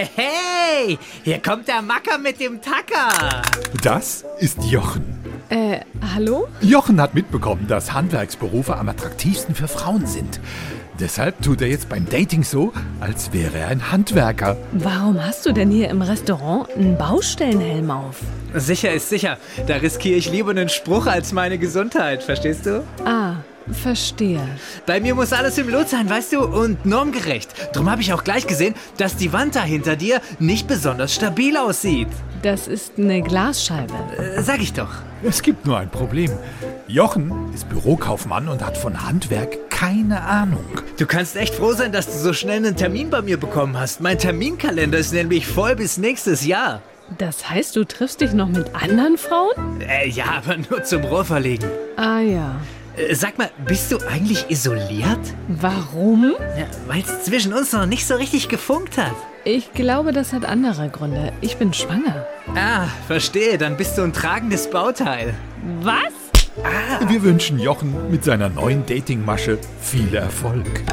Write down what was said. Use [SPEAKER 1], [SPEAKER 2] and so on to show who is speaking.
[SPEAKER 1] Hey, hier kommt der Macker mit dem Tacker.
[SPEAKER 2] Das ist Jochen.
[SPEAKER 3] Äh, hallo?
[SPEAKER 2] Jochen hat mitbekommen, dass Handwerksberufe am attraktivsten für Frauen sind. Deshalb tut er jetzt beim Dating so, als wäre er ein Handwerker.
[SPEAKER 3] Warum hast du denn hier im Restaurant einen Baustellenhelm auf?
[SPEAKER 1] Sicher ist sicher. Da riskiere ich lieber einen Spruch als meine Gesundheit, verstehst du?
[SPEAKER 3] Ah, verstehe.
[SPEAKER 1] Bei mir muss alles im Lot sein, weißt du, und normgerecht. Drum habe ich auch gleich gesehen, dass die Wand da hinter dir nicht besonders stabil aussieht.
[SPEAKER 3] Das ist eine Glasscheibe.
[SPEAKER 1] Äh, sag ich doch.
[SPEAKER 2] Es gibt nur ein Problem. Jochen ist Bürokaufmann und hat von Handwerk keine Ahnung.
[SPEAKER 1] Du kannst echt froh sein, dass du so schnell einen Termin bei mir bekommen hast. Mein Terminkalender ist nämlich voll bis nächstes Jahr.
[SPEAKER 3] Das heißt, du triffst dich noch mit anderen Frauen?
[SPEAKER 1] Äh, ja, aber nur zum Rohrverlegen.
[SPEAKER 3] Ah ja.
[SPEAKER 1] Äh, sag mal, bist du eigentlich isoliert?
[SPEAKER 3] Warum?
[SPEAKER 1] Ja, Weil es zwischen uns noch nicht so richtig gefunkt hat.
[SPEAKER 3] Ich glaube, das hat andere Gründe. Ich bin schwanger.
[SPEAKER 1] Ah, verstehe, dann bist du ein tragendes Bauteil.
[SPEAKER 3] Was?
[SPEAKER 2] Wir wünschen Jochen mit seiner neuen Datingmasche viel Erfolg.